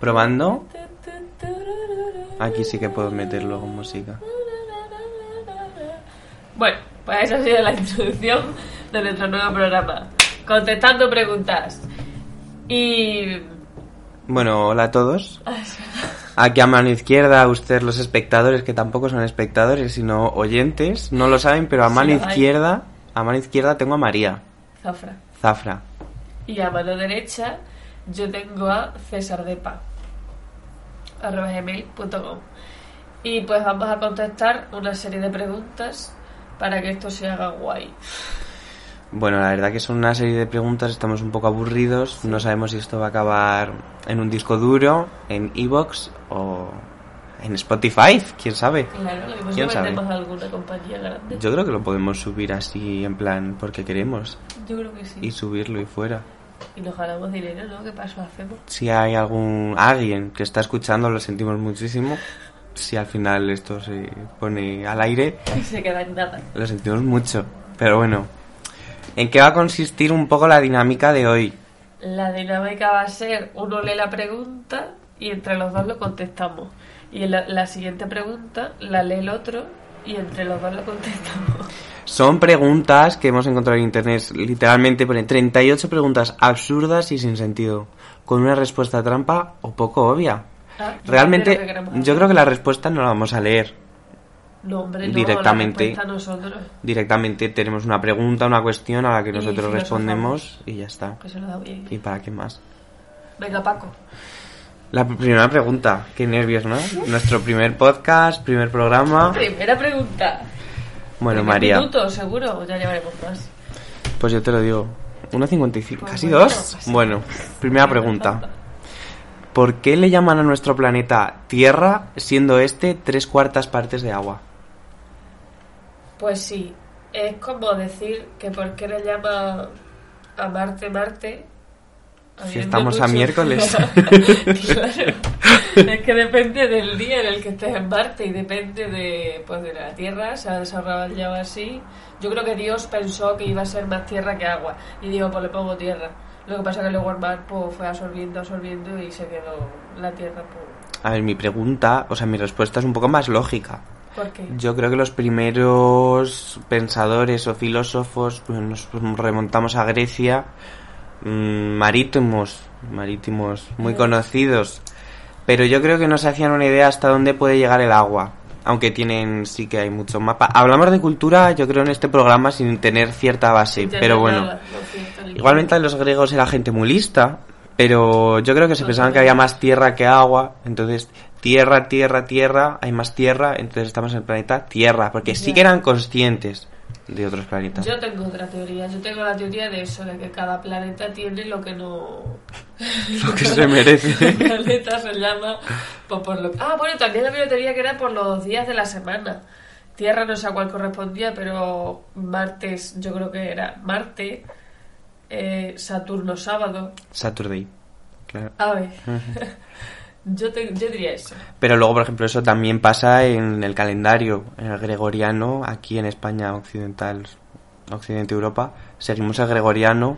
Probando. Aquí sí que puedo meterlo con música. Bueno, pues esa ha sido la introducción de nuestro nuevo programa. Contestando preguntas. Y. Bueno, hola a todos. Aquí a mano izquierda, ustedes los espectadores, que tampoco son espectadores, sino oyentes, no lo saben, pero a Sí mano lo hay. izquierda, a mano izquierda tengo a María, Zafra. Zafra. Y a mano derecha yo tengo a César Depa, arroba gmail.com. Y pues vamos a contestar una serie de preguntas para que esto se haga guay. Bueno, la verdad que son una serie de preguntas, estamos un poco aburridos, no sabemos si esto va a acabar en un disco duro, en Evox o en Spotify, quién sabe. Claro, lo que ¿Quién pasa sabe? vendemos a alguna compañía grande. Yo creo que lo podemos subir así en plan porque queremos Yo creo que sí. y subirlo y fuera. Y nos ganamos dinero, ¿no? ¿Qué paso hacemos? Si hay algún alguien que está escuchando, lo sentimos muchísimo. Si al final esto se pone al aire, Y se queda en nada. Lo sentimos mucho, pero bueno. ¿En qué va a consistir un poco la dinámica de hoy? La dinámica va a ser, uno lee la pregunta y entre los dos lo contestamos. Y la, la siguiente pregunta la lee el otro y entre los dos lo contestamos. Son preguntas que hemos encontrado en internet, literalmente pone 38 preguntas absurdas y sin sentido, con una respuesta trampa o poco obvia. Ah, Realmente, creo que queremos yo hacer. creo que la respuesta no la vamos a leer. No, hombre, no, directamente. la respuesta nosotros. Directamente tenemos una pregunta, una cuestión a la que Y nosotros filosofamos. respondemos y ya está. Que se lo da bien. ¿Y para qué más? Venga, Paco. La primera pregunta, qué nervios, ¿no? Nuestro primer podcast, primer programa. Primera pregunta. Bueno, Primer María. minuto, seguro. Ya llevaremos más. Pues yo te lo digo. 1,55. Pues Casi bueno, dos. casi Bueno, primera pregunta. ¿Por qué le llaman a nuestro planeta Tierra siendo este tres cuartas partes de agua? Pues sí, es como decir que por qué le llama a Marte Marte. A mí Si me estamos a mucho. miércoles. claro. Es que depende del día en el que estés en Marte y depende de, pues, de la Tierra. Se ha desarrollado así. Yo creo que Dios pensó que iba a ser más tierra que agua. Y digo, pues le pongo tierra. Lo que pasa es que luego el mar pues, fue absorbiendo, absorbiendo y se quedó la tierra. Pues, A ver, mi pregunta, o sea, mi respuesta es un poco más lógica. ¿Por qué? Yo creo que los primeros pensadores o filósofos, pues, nos remontamos a Grecia, mm, marítimos, marítimos muy conocidos, pero yo creo que no se hacían una idea hasta dónde puede llegar el agua, aunque tienen, sí que hay mucho mapa. Hablamos de cultura, yo creo, en este programa sin tener cierta base, Ya pero no bueno. nada, lo siento, ni- Igualmente los griegos era gente muy lista, pero yo creo que se pensaban que había más tierra que agua, entonces tierra, tierra, tierra, hay más tierra, entonces estamos en el planeta Tierra, porque sí Ya. que eran conscientes de otros planetas. Yo tengo otra teoría. Yo tengo la teoría de eso, de que cada planeta tiene lo que no. Lo que se merece. El planeta se llama. pues, por lo... Ah, bueno, también había una teoría que era por los días de la semana. Tierra no sé a cuál correspondía, pero martes, yo creo que era Marte, eh, Saturno sábado, Saturday. Claro. ave. yo, te- yo diría eso. Pero luego, por ejemplo, eso también pasa en el calendario, en el gregoriano, aquí en España occidental, occidente Europa, seguimos el gregoriano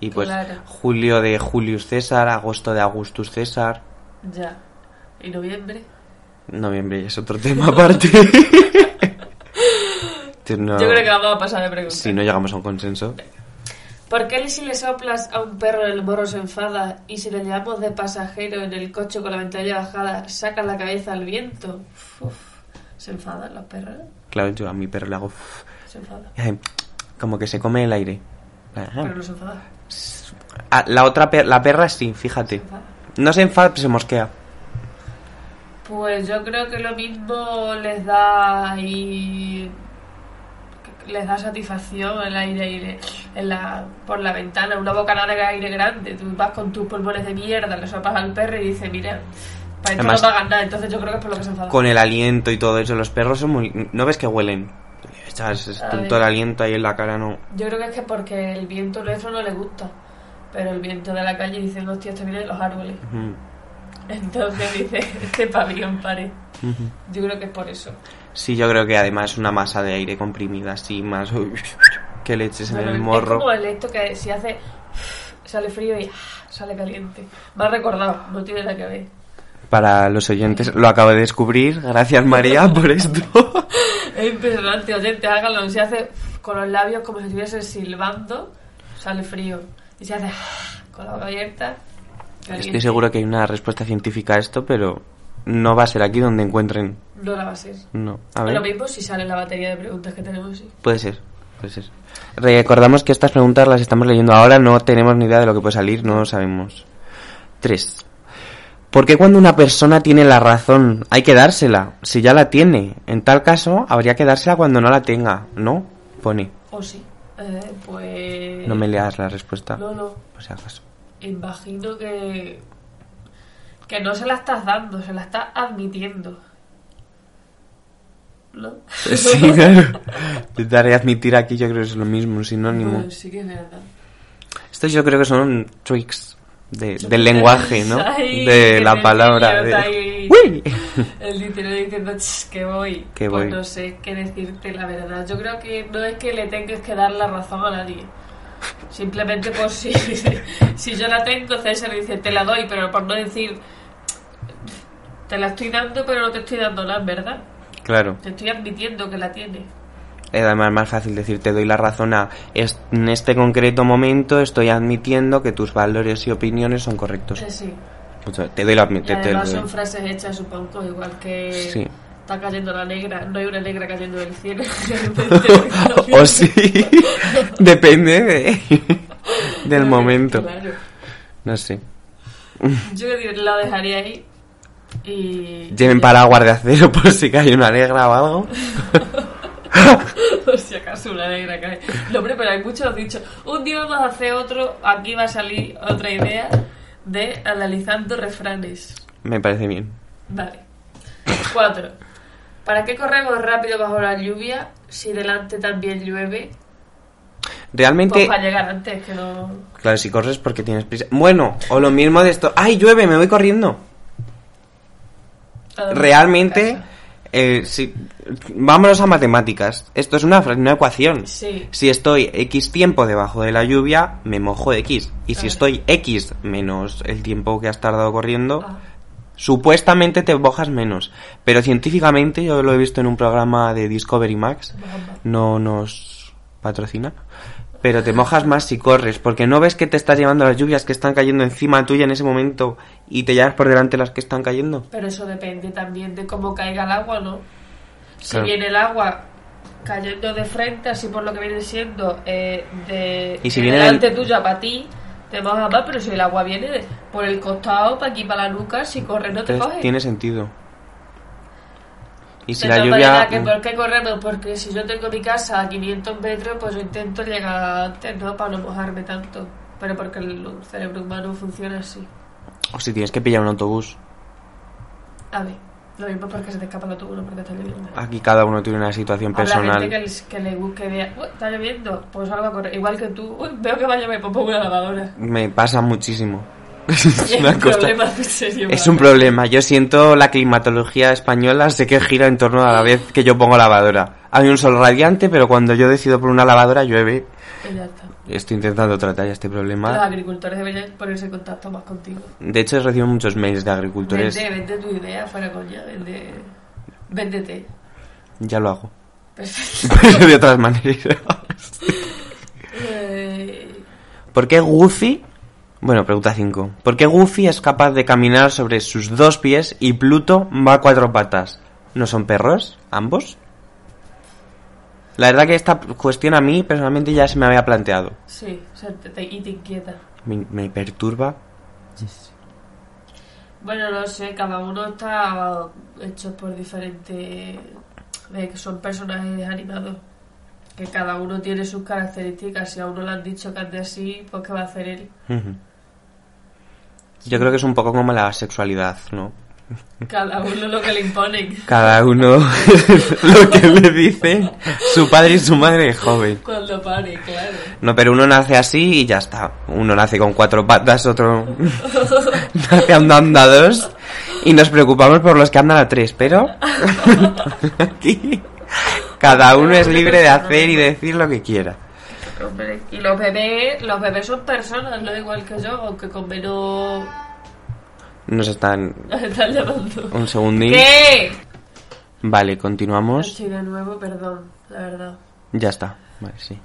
y pues Claro. julio de Julius César, agosto de Augustus César, Ya. ¿Y noviembre? Noviembre es otro tema aparte. Si no- Yo creo que vamos a pasar de pregunta. Si no llegamos a un consenso. ¿Por qué si le soplas a un perro el morro se enfada y si lo llevamos de pasajero en el coche con la ventanilla bajada saca la cabeza al viento? Uf, se enfadan los perros, Claro, yo a mi perro le hago... "Uf", se enfadan. y hace Como que se come el aire. Ajá. Pero no se enfadan. Ah, la otra per- la perra sí, fíjate. No se enfada, pero se mosquea. Pues yo creo que lo mismo les da ahí les da satisfacción el aire, aire- en la, por la ventana, una bocanada de aire grande. Tú vas con tus pulmones de mierda, le sopas al perro y dice, mira, para esto Además- no pagan nada. Entonces yo creo que es por lo que se enfadan. Con el aliento y todo eso. Los perros son muy... ¿No ves que huelen? Echas es A tanto ver. el aliento ahí en la cara, no... Yo creo que es que porque el viento nuestro no le gusta. Pero el viento de la calle dice, hostia, esto viene de los árboles. Ujú, Entonces dice, este pabellón pare. ujú. Yo creo que es por eso. Sí, yo creo que además una masa de aire comprimida así, más... Que le eches en Bueno, el Es morro. como el esto que si hace... Sale frío y ah, sale caliente. Me ha recordado, no tiene nada que ver. Para los oyentes, lo acabo de descubrir. Gracias, María, por esto. Es impresionante, oyente, háganlo. Se hace con los labios como si estuviese silbando, sale frío. Y se hace ah, con la boca abierta. caliente. Estoy seguro que hay una respuesta científica a esto, pero no va a ser aquí donde encuentren. No la va a ser. No, a Lo ver. mismo si sale la batería de preguntas que tenemos. sí. Puede ser, puede ser. Recordamos que estas preguntas las estamos leyendo ahora, no tenemos ni idea de lo que puede salir, no lo sabemos. 3. ¿Por qué cuando una persona tiene la razón hay que dársela? Si ya la tiene. En tal caso, habría que dársela cuando no la tenga, ¿no? Pone. O Oh, sí. Eh, pues. No me leas la respuesta. No, no. Por si acaso. Imagino que. Que no se la estás dando, se la estás admitiendo. ¿No? Sí, claro. Intentaré admitir aquí, yo creo que es lo mismo, un sinónimo. Bueno, Pues sí que es verdad. Estos yo creo que son tweaks de- del lenguaje, ¿no? Ay, De que la el palabra. niño está de- ahí. ¡Uy! El dinero diciendo "Ch, que voy. Que pues voy. no sé qué decirte, la verdad. Yo creo que no es que le tengas que dar la razón a nadie. Simplemente por si, si yo la tengo, César dice, te la doy, pero por no decir, te la estoy dando, pero no te estoy dando nada, ¿verdad? Claro. Te estoy admitiendo que la tienes. Eh, Además, más fácil decir, te doy la razón a "Es- en este concreto momento estoy admitiendo que tus valores y opiniones son correctos. Eh, sí. O sea, te doy la Y Pues, te- te además doy. son frases hechas, supongo, igual que Sí. está cayendo la negra, no hay una negra cayendo del cielo. o sí, depende de- del momento. Claro. No sé. Yo creo que la dejaría ahí y... Lleven paraguas de acero por si cae una negra o algo. Por si acaso una negra cae. No, hombre, pero hay muchos dichos. Un día vamos a hacer otro, aquí va a salir otra idea de analizando refranes. Me parece bien. Vale. Cuatro. ¿Para qué corremos rápido bajo la lluvia si delante también llueve? Pues Realmente, para llegar antes, que no... claro, si corres porque tienes prisa. Bueno, o lo mismo de esto. ¡Ay, llueve! Me voy corriendo. a la Realmente, casa. eh, si, vámonos a matemáticas. Esto es una, fra- una ecuación. Sí. Si estoy X tiempo debajo de la lluvia, me mojo X. Y si Claro. estoy X menos el tiempo que has tardado corriendo, Ah, supuestamente te mojas menos. Pero científicamente, yo lo he visto en un programa de Discovery Max, Mojas más. no nos patrocina. Pero te mojas más si corres, porque no ves que te estás llevando las lluvias que están cayendo encima tuya en ese momento y te llevas por delante las que están cayendo. Pero eso depende también de cómo caiga el agua, ¿no? Si Claro. viene el agua cayendo de frente, así por lo que viene siendo eh, de Y si de viene delante del- tuya para ti, te mojas más, pero si el agua viene de- por el costado, para aquí, para la nuca, si corres no te Entonces, coges. tiene sentido. Y si De la tal lluvia... mm. manera que ¿Por qué corremos? Porque si yo tengo mi casa a 500 metros, pues yo intento llegar antes, ¿no? Para no mojarme tanto. Pero porque el cerebro humano funciona así. O si tienes que pillar un autobús. A ver, lo mismo porque se te escapa el autobús, no porque está lloviendo. Aquí cada uno tiene una situación Habrá Ah, personal. gente que, les- que le bu- que vea, "Uy, está lloviendo, pues algo a correr. Igual que tú, "Uy, veo que va a llover, pues pongo una lavadora. Me pasa muchísimo. Y es, es una un cosa- problema muy serio. es ¿vale? un problema. Yo siento la climatología española, sé que gira en torno a la vez que yo pongo lavadora. Hay un sol radiante, pero cuando yo decido por una lavadora llueve. Y ya está. Estoy intentando tratar ya este Los problema. agricultores deberían ponerse en contacto más contigo. De hecho, recibo muchos mails de agricultores. Vende, vende tu idea, fuera coña, vende. Véndete. Ya lo hago. Perfecto. Pero de otras maneras. Eh, ¿Por qué Goofy? Bueno, pregunta 5. ¿Por qué Goofy es capaz de caminar sobre sus dos pies y Pluto va a cuatro patas? ¿No son perros? ¿Ambos? La verdad que esta cuestión a mí personalmente ya se me había planteado. sí, o sea, te- te- y te inquieta. Me, me perturba. Bueno, no sé, cada uno está hecho por diferentes... de que son personajes animados. Que cada uno tiene sus características. Si a uno le han dicho que ande así, pues ¿qué va a hacer él? Ujú. Yo creo que es un poco como la sexualidad, ¿no? Cada uno lo que le imponen. Cada uno lo que le dicen su padre y su madre de joven. Cuando pare, claro. No, pero uno nace así y ya está. Uno nace con cuatro patas, otro nace andando a dos y nos preocupamos por los que andan a tres, pero aquí cada uno es libre de hacer y decir lo que quiera. Hombre, Y los bebés, los bebés son personas, no igual que yo, aunque con menos Nos están nos están llamando. un segundín. ¿Qué? Vale, continuamos. Estoy de nuevo, perdón, la verdad. Ya está. Vale, sí.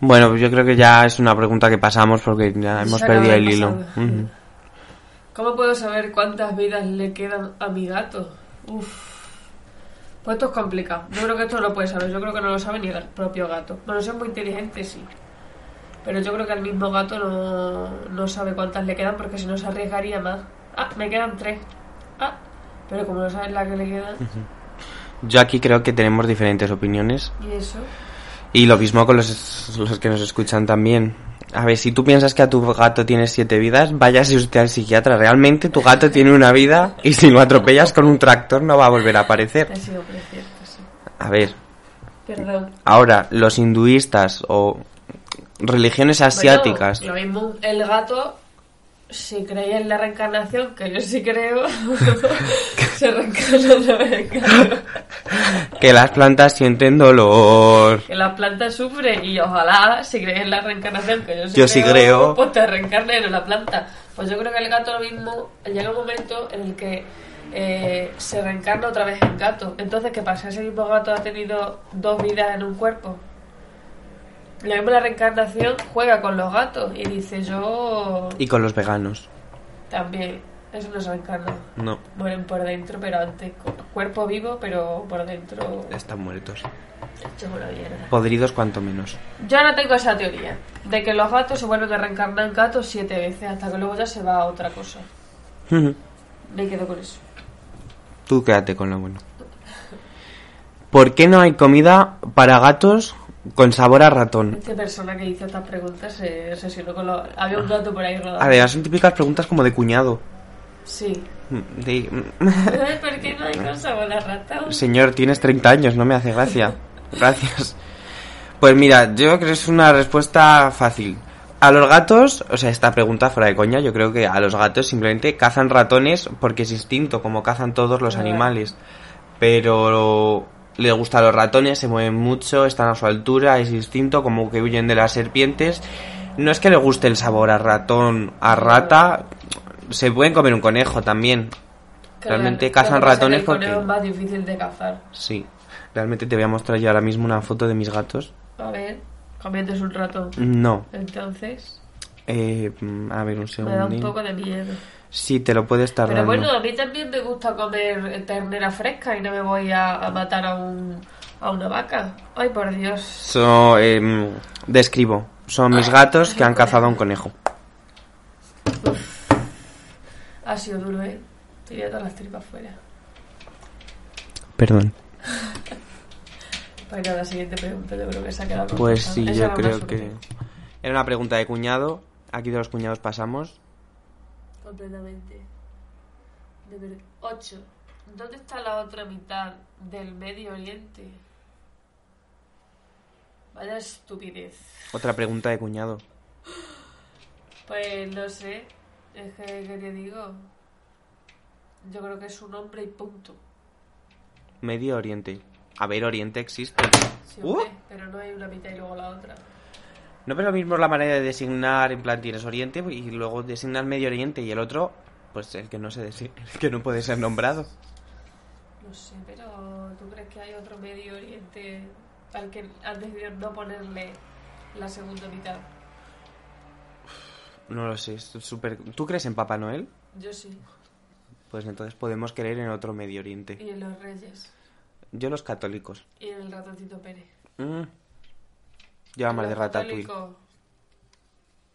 Bueno, pues yo creo que ya es una pregunta que pasamos porque ya hemos Se acaba perdido de el hilo. pasar. Ujú. ¿Cómo puedo saber cuántas vidas le quedan a mi gato? Uf. Pues esto es complicado. Yo creo que esto no lo puede saber. Yo creo que no lo sabe ni el propio gato. Bueno, si es muy inteligente, sí. Pero yo creo que el mismo gato no, no sabe cuántas le quedan porque si no se arriesgaría más. Ah, me quedan tres. Ah, pero como no sabes la que le quedan. Yo aquí creo que tenemos diferentes opiniones. Y eso. Y lo mismo con los, los que nos escuchan también. A ver, si tú piensas que a tu gato tiene siete vidas, váyase usted al psiquiatra. Realmente tu gato tiene una vida y si lo atropellas con un tractor no va a volver a aparecer. Ha sido precierto, sí. A ver, Perdón. ahora, los hinduistas o religiones asiáticas. Bueno, lo mismo, el gato, si creía en la reencarnación, que yo sí creo, se reencarna otra vez. claro. Que las plantas sienten dolor. Que las plantas sufren y ojalá, si crees en la reencarnación, que yo sí, Yo sí creo. pues te reencarnes en la planta. Pues yo creo que el gato lo mismo llega un momento en el que eh, se reencarna otra vez en gato. Entonces, ¿qué pasa? Ese mismo gato ha tenido dos vidas en un cuerpo. Lo mismo la reencarnación juega con los gatos y dice yo Y con los veganos. también. Eso no se reencarna. No, Mueren por dentro, pero antes cu- cuerpo vivo, pero por dentro están muertos. hecho una mierda. Podridos cuanto menos. Yo ahora tengo esa teoría de que los gatos se vuelven a reencarnar en gatos siete veces hasta que luego ya se va a otra cosa. Me quedo con eso. Tú quédate con lo bueno. ¿Por qué no hay comida para gatos con sabor a ratón? Esta Este persona que hizo estas preguntas se obsesionó con los... Había un gato por ahí rodando. Además, son típicas preguntas como de cuñado. Sí. De, Ay, ¿Por qué no hay cosa con la rata? Señor, tienes 30 años, no me hace gracia. Gracias. Pues mira, yo creo que es una respuesta fácil. A los gatos, o sea, esta pregunta fuera de coña, yo creo que a los gatos simplemente cazan ratones porque es instinto, como cazan todos los Ah. animales. Pero les gustan los ratones, se mueven mucho, están a su altura, es instinto, como que huyen de las serpientes. No es que le guste el sabor a ratón, a rata, se pueden comer un conejo también. realmente Lo que cazan pasa es que ratones el conejo porque- es más difícil de cazar. Sí, realmente te voy a mostrar yo ahora mismo una foto de mis gatos. A ver, comiéndose un ratón. No, Entonces, eh, mm, a ver, Mm. un me da un segundín. poco de miedo. Sí, te lo puedes tardar. Pero bueno, ¿no? a mí también me gusta comer ternera fresca y no me voy a, a matar a, un, a una vaca. Ay, por Dios. So, eh, mm, describo. Son Ah. mis gatos que han cazado a un conejo. Ha sido duro, ¿eh? Tenía todas las tripas fuera. Perdón. Pues nada, siguiente pregunta. Yo creo que se ha quedado Pues contestada. sí, Esa yo era creo más que... útil. Era una pregunta de cuñado. Aquí de los cuñados pasamos. Completamente. De ver- Ocho. ¿Dónde está la otra mitad del Medio Oriente? Vaya estupidez. Otra pregunta de cuñado. Pues no sé, es que, ¿qué te digo? Yo creo que es un hombre y punto. Medio Oriente. A ver, Oriente existe. Sí, Uh. hombre, pero no hay una mitad y luego la otra. No, pero lo mismo es la manera de designar, en plan, tienes Oriente y luego designas Medio Oriente y el otro, pues el que no se desi- el que no puede ser nombrado. No sé, pero ¿tú crees que hay otro Medio Oriente al que han decidido no ponerle la segunda mitad? No lo sé, es súper... ¿Tú crees en Papá Noel? Yo sí, Pues entonces podemos creer en otro Medio Oriente. y en los Reyes, Yo los católicos. y en el ratoncito Pérez. Mm. Yo más de Los Ratatouille. católicos-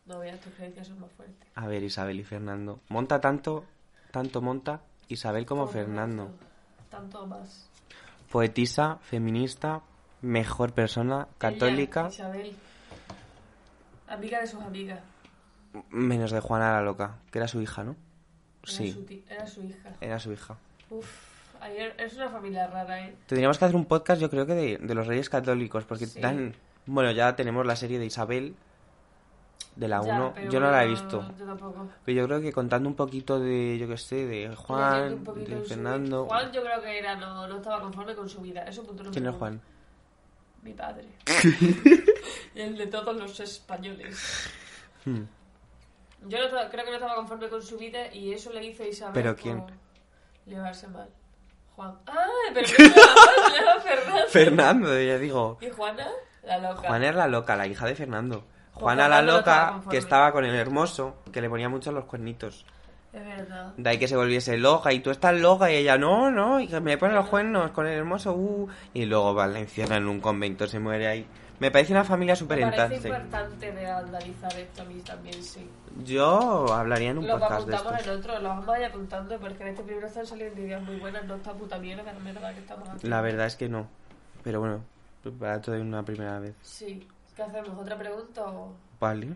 No veas tus creencias son más fuertes. A ver, Isabel y Fernando. Monta tanto, tanto monta Isabel como Fernando. Tanto más. Poetisa, feminista, mejor persona, Ella, católica, Isabel. Amiga de sus amigas. menos de Juana la Loca, que era su hija, ¿no? Era su Sí, ti- era su hija. era su hija. Uf, ayer es una familia rara, ¿eh? Tendríamos que hacer un podcast, yo creo que de, de los Reyes Católicos, porque Sí. dan... Bueno, ya tenemos la serie de Isabel, de la Ya, 1. pero Yo no la he bueno, visto. Yo tampoco. Pero yo creo que contando un poquito de, yo qué sé, de Leyendo Juan, un poquito de su- Fernando... Juan yo creo que era, no, no estaba conforme con su vida. Eso punto número ¿Quién es uno. Juan? mi padre. el de todos los españoles. Hmm. Yo no estaba- creo que no estaba conforme con su vida y eso le hizo a Isabel. ¿Pero por quién? Llevarse mal. Juan. ¡Ah! Pero que se llama Juan, se llama Fernando. Fernando, ya digo. ¿Y Juana? La loca. Juana es la loca, la hija de Fernando. Pues Juana la Fernando no estaba loca, conforme. que estaba con el hermoso, que le ponía mucho los cuernitos. Es verdad. De ahí que se volviese loca, y tú estás loca, y ella, no, no, y que me pone los cuernos con el hermoso, uh. Y luego va, la encierran en un convento, se muere ahí. Me parece una familia súper Me parece entrante. importante de analizar esto a mí también, sí. Yo hablaría en un Los podcast de esto. apuntamos en otro, los vamos a ir apuntando porque en este primero están saliendo ideas muy buenas, no esta puta mierda, la verdad que estamos aquí. La verdad es que no. Pero bueno, para todo hay una primera vez. Sí. ¿Qué hacemos? ¿Otra pregunta o...? Vale.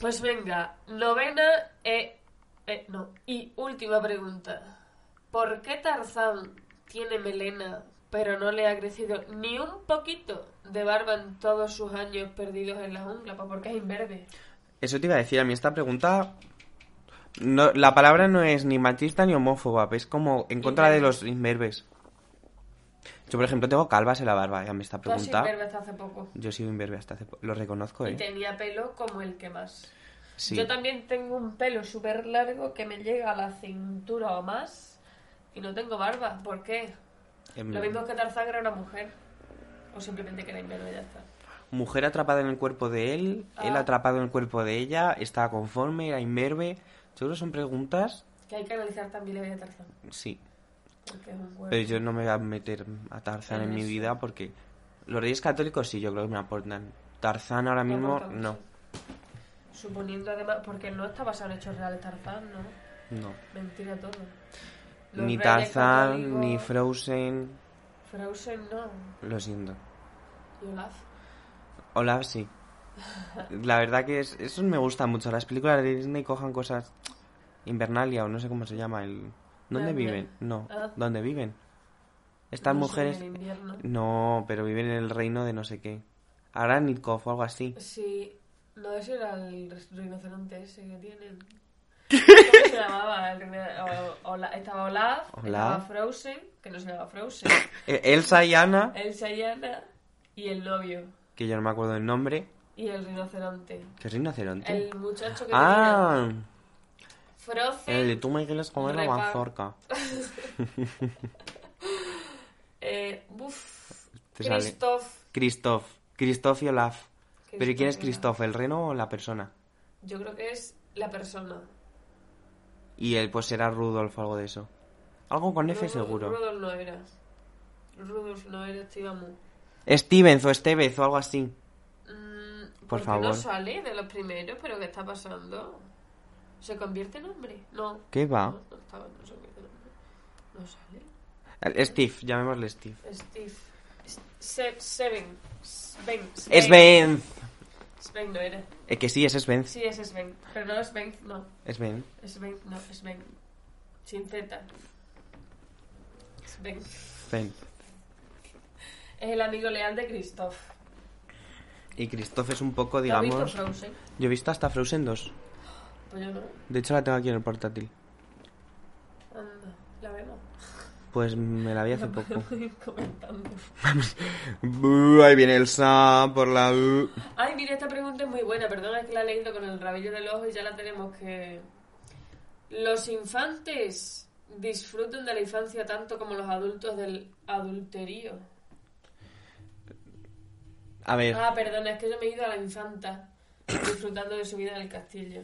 Pues venga, novena e, e- no, y última pregunta. ¿Por qué Tarzán tiene melena, pero no le ha crecido ni un poquito de barba en todos sus años perdidos en la jungla? Pues porque es inverde. Eso te iba a decir, a mí esta pregunta... No, la palabra no es ni machista ni homófoba, es como en contra de los imberbes. Yo, por ejemplo, tengo calvas en la barba, y a mí esta Tú has sido pregunta... imberbe hasta hace poco. Yo he sido imberbe hasta hace... po- Lo reconozco, Y ¿eh? tenía pelo como el que más. Sí. Yo también tengo un pelo súper largo que me llega a la cintura o más y no tengo barba. ¿Por qué? Em, Lo mismo que Tarzán era una mujer. O simplemente que era inverde y ya está. Mujer atrapada en el cuerpo de él, él Ah. atrapado en el cuerpo de ella, estaba conforme, era imberbe. Yo creo que son preguntas... Que hay que analizar también la vida de Tarzán. Sí. Porque es un cuerpo. Pero yo no me voy a meter a Tarzán En en mi eso. vida porque los reyes católicos sí, yo creo que me aportan. Tarzán ahora Te mismo aporta mucho. no, Suponiendo además, porque no está basado en hechos reales Tarzán, ¿no? no. Mentira todo. Los Ni reyes Tarzán, católicos- ni Frozen, Frozen no. lo siento. Y Olaf. Olaf sí. La verdad que es- eso me gusta mucho. Las películas de Disney cojan cosas invernalia o no sé cómo se llama el ¿Dónde Verde. viven? No, Ah. ¿dónde viven? Estas No sé, mujeres En invierno. no, pero viven en el reino de no sé qué. Aranikov o algo así. Sí, no, ese era el rinoceronte ese que tienen. ¿Cómo se llamaba? El rino- o- Ola- estaba Olaf, Olaf. estaba Frozen, que no se llama Frozen, Eh, Elsa y Anna, Elsa y Anna, y el novio, que yo no me acuerdo el nombre. y el rinoceronte. ¿Qué rinoceronte? El muchacho que Ah, tenía Frozen, el de tú me quieres comer la Repa- mazorca. eh, buf, Te sale. Christoph. Christoph. Christoph y Olaf. ¿Pero ¿y quién es Christoph Christoph? ¿El reno o la persona? era- Yo creo que es la persona. Y él pues será Rudolf o algo de eso. Algo con F No, seguro. Rudolf no era. Rudolf no era, estábamos. Stevens o Estevez o algo así. Mm, Por ¿por qué no favor. sale de los primeros? ¿Pero qué está pasando? ¿Se convierte en hombre? No. ¿Qué va? No, no, está- no se convierte en hombre. No sale. El- Steve, llamémosle Steve. Steve. Se- Seven. Sven. Sven. Sven. Sven no era. Eh, que sí, es Sven. Sí, es Sven. Pero no Sven, no. Sven. Sven, no. Sven. Sin Z. Sven. Sven. Es el amigo leal de Christoph. Y Christoph es un poco, ¿Lo has visto digamos... Frozen? Yo he visto hasta Frozen 2. Pues yo no. De hecho la tengo aquí en el portátil. Anda, la vemos. Pues me la vi hace poco. Podemos ir comentando. Buh, ahí viene el Sa por la... U. Ay, mira, esta pregunta es muy buena. Perdona es que la he leído con el rabillo del ojo y ya la tenemos que... ¿Los infantes disfrutan de la infancia tanto como los adultos del adulterio? A ver. Ah, perdona, es que yo me he ido a la infanta disfrutando de su vida en el castillo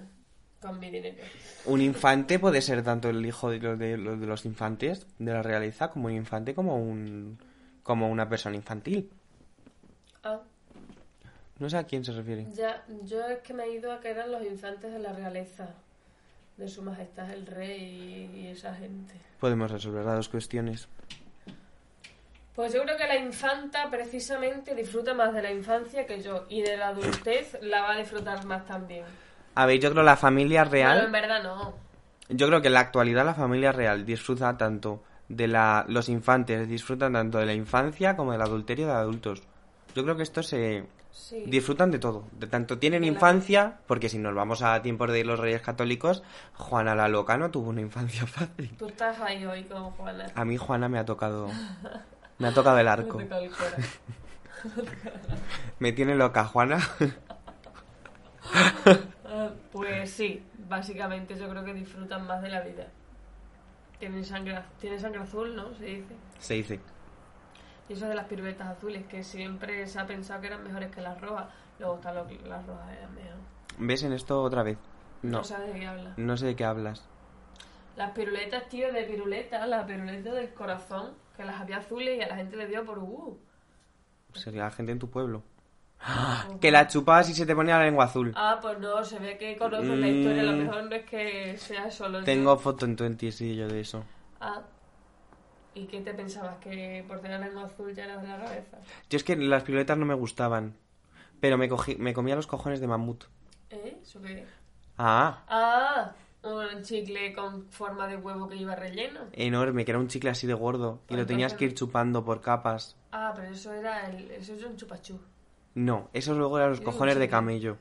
con mi dinero. Un infante puede ser tanto el hijo de los, de, los- de los infantes de la realeza como un infante como un como una persona infantil. Ah, No sé a quién se refiere. ya, yo es que me he ido a que eran los infantes de la realeza, de su majestad el rey y- y esa gente. Podemos resolver las dos cuestiones. Pues yo creo que la infanta precisamente disfruta más de la infancia que yo y de la adultez la va a disfrutar más también. A ver, yo creo la familia Bueno, en real, verdad no. yo creo que en la actualidad la familia real disfruta tanto de la los infantes disfrutan tanto de la infancia como del adulterio de adultos. Yo creo que esto se Sí. disfrutan de todo, de tanto tienen Claro. infancia, porque si nos vamos a tiempos de los Reyes Católicos, Juana la loca no tuvo una infancia fácil. Tú estás ahí hoy con Juana. A mí Juana me ha tocado Me ha tocado el arco. Me toca el cora. Me tiene loca, Juana. Ah, Pues sí, básicamente yo creo que disfrutan más de la vida. Tienen sangre, tiene sangre azul, ¿no? Se dice. Se dice. Y eso de las piruetas azules, que siempre se ha pensado que eran mejores que las rojas. Luego están lo- las rojas eran mejor. ¿Ves en esto otra vez? No. No sabes de qué hablas. No sé de qué hablas. Las piruletas, tío, de piruleta, las piruletas del corazón, que las había azules y a la gente le dio por uh. Sería la gente en tu pueblo. Ah, Que la chupabas y se te ponía la lengua azul. Oh. Ah, pues no, se ve que conoces la historia, a lo Mm. mejor no es que sea solo yo. Tengo foto en Twenty, sí, yo de eso. Ah. ¿Y qué te pensabas? ¿Que por tener la lengua azul ya eras de la cabeza? Yo es que las piruletas no me gustaban. Pero me, cogí, me comía los cojones de mamut. ¿Eh? ¿Eso qué? Ah, Ah, un chicle con forma de huevo que lleva relleno. enorme, que era un chicle así de gordo. Y lo Entonces- tenías que ir chupando por capas. Ah, pero eso era el, eso era un chupachú. No, esos luego eran los Era un cojones de chicle. camello.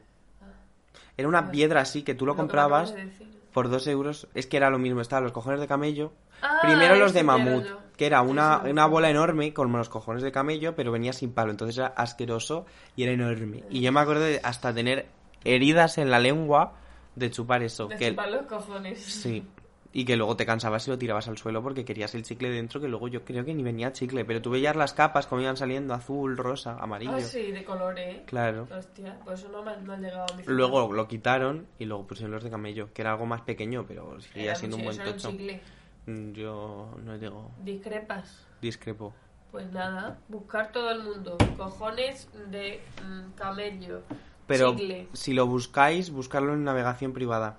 Era una Vale. piedra así que tú lo que me comprabas acabas de decir. por dos euros. Es que era lo mismo, estaban los cojones de camello. Ah, Primero los de ese quiero mamut, yo. que era una, Ese me una gusta. bola enorme con los cojones de camello, pero venía sin palo, entonces era asqueroso y era enorme. Y yo me acuerdo de hasta tener heridas en la lengua de chupar eso. De que chupar los cojones. Sí. Y que luego te cansabas y lo tirabas al suelo porque querías el chicle dentro, que luego yo creo que ni venía chicle, pero tú veías las capas como iban saliendo, azul, rosa, amarillo. Ah, sí, de colores. ¿eh? Claro. Hostia, pues eso no, me, no ha llegado a mi Luego lo quitaron y luego pusieron los de camello, que era algo más pequeño, pero seguía Era siendo un mucho- buen eso era tocho. chicle. Mm, Yo no digo, Discrepas. discrepo. Pues nada, buscar todo el mundo. Cojones de mm, camello. Pero Chicle. si lo buscáis, buscarlo en navegación privada.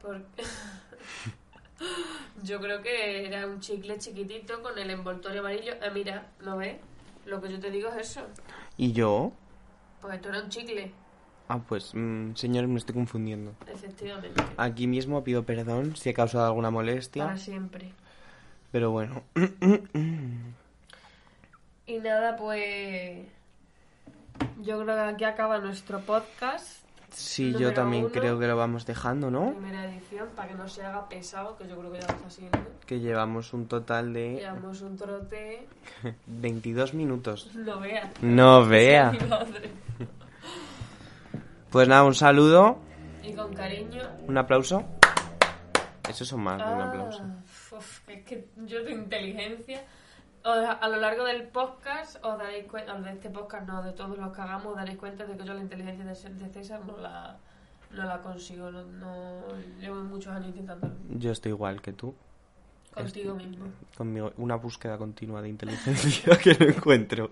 Por- yo creo que era un chicle chiquitito con el envoltorio amarillo. Ah, mira, ¿no ves? Lo que yo te digo es eso. ¿Y yo? Porque esto era un chicle, Ah, pues, mm, señores, me estoy confundiendo. efectivamente. Aquí mismo pido perdón si he causado alguna molestia, Para siempre. pero bueno. Y nada, pues. Yo creo que aquí acaba nuestro podcast. Sí, yo Número también uno. creo que lo vamos dejando, ¿no? Primera edición, para que no se haga pesado, que yo creo que ya lo está haciendo. Que llevamos un total de Llevamos un trote. 22 minutos. Lo veas. No vea. Mi madre. Pues nada, un saludo, Y con cariño. un aplauso. Eso son más de un Ah, aplauso. uf, es que yo de inteligencia. Os- a lo largo del podcast, os daréis cuenta, de este podcast no, de todos los que hagamos, os daréis cuenta de que yo la inteligencia de, C- de César no la, no la consigo. No, no- llevo muchos años intentándolo. Yo estoy igual que tú. Contigo Este. mismo. Conmigo, una búsqueda continua de inteligencia que no encuentro.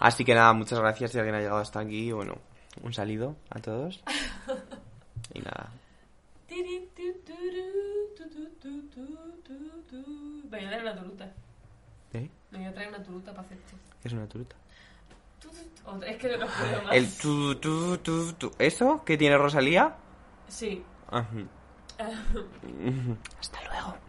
Así que nada, muchas gracias si alguien ha llegado hasta aquí. Bueno, un saludo a todos. Y nada. Tiri, tu, turu, tu, tu, tu, tu, tu, tu. Me voy a traer una turuta. ¿Eh? Me voy a traer una turuta para hacer esto. ¿Qué es una turuta? Tu, tu, tu. Otra- Es que no lo puedo más. El tu, tu, tu, tu. ¿Eso? ¿Qué tiene Rosalía? Sí. Ajá. Hasta luego.